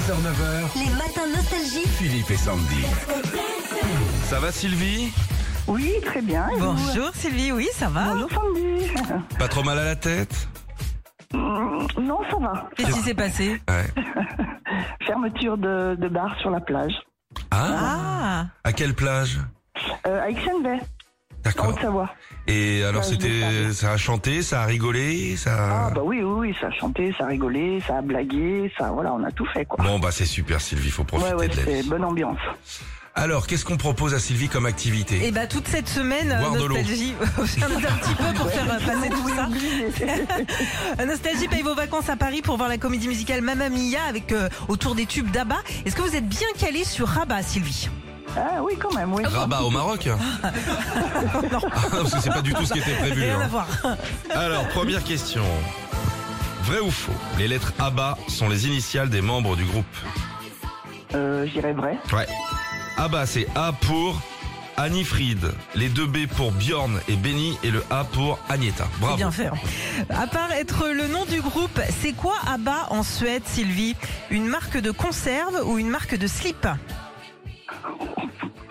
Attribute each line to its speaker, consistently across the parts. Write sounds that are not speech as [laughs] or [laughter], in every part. Speaker 1: 6h-9h,
Speaker 2: Les matins nostalgiques.
Speaker 1: Philippe et Sandy. Ça va Sylvie
Speaker 3: Oui, très bien. et vous
Speaker 4: Bonjour Sylvie, oui ça va
Speaker 3: Bonjour Sandy.
Speaker 1: Pas trop mal à la tête
Speaker 3: Mm, [laughs] Non, ça va.
Speaker 4: Qu'est-ce qui s'est passé
Speaker 1: Ouais.
Speaker 3: Fermeture de, de bar sur la plage.
Speaker 1: Ah
Speaker 4: Ah
Speaker 1: À quelle plage
Speaker 3: Euh, à Ixenbay, en
Speaker 1: D'accord.
Speaker 3: Haute-Savoie.
Speaker 1: Et alors
Speaker 3: Plage de
Speaker 1: c'était,
Speaker 3: Paris.
Speaker 1: ça a chanté, ça a rigolé, ça.
Speaker 3: Ah bah oui, oui, oui, ça a chanté, ça a rigolé, ça a blagué, ça, voilà, on a tout fait quoi.
Speaker 1: Bon bah c'est super Sylvie, faut profiter
Speaker 3: ouais, ouais,
Speaker 1: de la
Speaker 3: c'était
Speaker 1: vie.
Speaker 3: bonne ambiance.
Speaker 1: Alors qu'est-ce qu'on propose à Sylvie comme activité
Speaker 4: Et bah toute cette semaine, euh,
Speaker 1: Boire de l'eau.
Speaker 4: nostalgie, [laughs] j'en ai un petit peu pour faire euh, passer tout ça. Euh, Nostalgie paye vos vacances à Paris pour voir la comédie musicale Mamma Mia avec euh, autour des tubes d'Abba. Est-ce que vous êtes bien calé sur Rabat Sylvie
Speaker 3: Ah oui, quand même, oui.
Speaker 1: Rabat au
Speaker 4: [laughs]
Speaker 1: Maroc
Speaker 4: Non,
Speaker 1: Ah, [laughs] Parce que c'est pas du tout ce qui était prévu.
Speaker 4: rien à
Speaker 1: hein.
Speaker 4: voir.
Speaker 1: Alors, première question. Vrai ou faux Les lettres ABBA sont les initiales des membres du groupe.
Speaker 3: Euh, J'irais vrai.
Speaker 1: Ouais. ABBA, c'est A pour Annie Fried, les deux B pour Bjorn et Benny et le A pour Agneta. Bravo.
Speaker 4: C'est bien fait. hein. À part être le nom du groupe, c'est quoi Abba en Suède Sylvie Une marque de conserve ou une marque de slip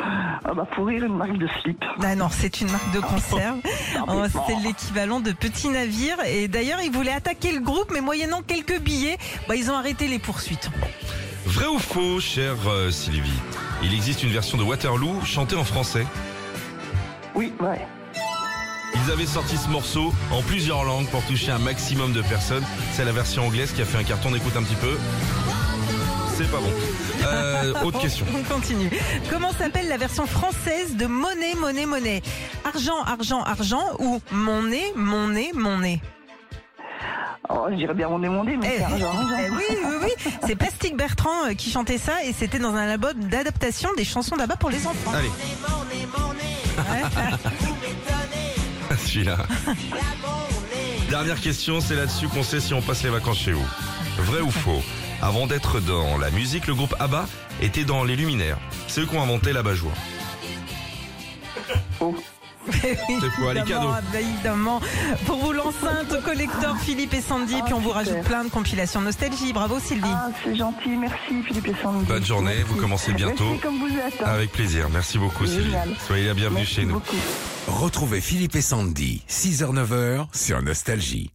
Speaker 3: Ah bah pour rire, une marque de slip.
Speaker 4: Ah non, c'est une marque de conserve. Oh,
Speaker 3: mais bon.
Speaker 4: C'était l'équivalent de petit navire. Et d'ailleurs, ils voulaient attaquer le groupe, mais moyennant quelques billets, bah, ils ont arrêté les poursuites.
Speaker 1: Vrai ou faux, chère euh, Sylvie Il existe une version de Waterloo chantée en français.
Speaker 3: Oui, ouais.
Speaker 1: Ils avaient sorti ce morceau en plusieurs langues pour toucher un maximum de personnes. C'est la version anglaise qui a fait un carton d'écoute un petit peu. C'est pas bon. Euh, autre
Speaker 4: On-
Speaker 1: question.
Speaker 4: On continue. Comment s'appelle la version française de Monnaie, Monnaie, Monnaie Argent, argent, argent ou mon nez, mon nez, mon nez
Speaker 3: Oh, je dirais bien on est mondé, mais c'est argent, argent.
Speaker 4: eh oui, oui, oui. C'est Plastique Bertrand euh, qui chantait ça et c'était dans un album d'adaptation des chansons d'abat pour
Speaker 1: [laughs]
Speaker 4: les enfants.
Speaker 1: Allez. Ah, Celui-là. Dernière question, c'est là-dessus qu'on sait si on passe les vacances chez vous. Vrai ou faux Avant d'être dans la musique, le groupe ABBA était dans les luminaires. C'est eux qui ont inventé l'abat-jour.
Speaker 3: Oh.
Speaker 4: [laughs] Eh oui,
Speaker 1: C'est pour aller
Speaker 4: évidemment,
Speaker 1: cadeau.
Speaker 4: bah, évidemment. Pour vous, l'enceinte au collector Philippe et Sandy.
Speaker 3: Ah,
Speaker 4: puis on vous
Speaker 3: super.
Speaker 4: rajoute plein de compilations nostalgie. Bravo, Sylvie.
Speaker 3: Ah, c'est gentil, merci Philippe et Sandy.
Speaker 1: Bonne journée, vous commencez bientôt.
Speaker 3: Merci comme vous êtes. hein.
Speaker 1: Avec plaisir. Merci beaucoup, Sylvie.
Speaker 3: Génial.
Speaker 1: Soyez la bienvenue
Speaker 3: Merci
Speaker 1: chez nous.
Speaker 3: beaucoup.
Speaker 5: Retrouvez Philippe et Sandy, 6h-9h sur Nostalgie.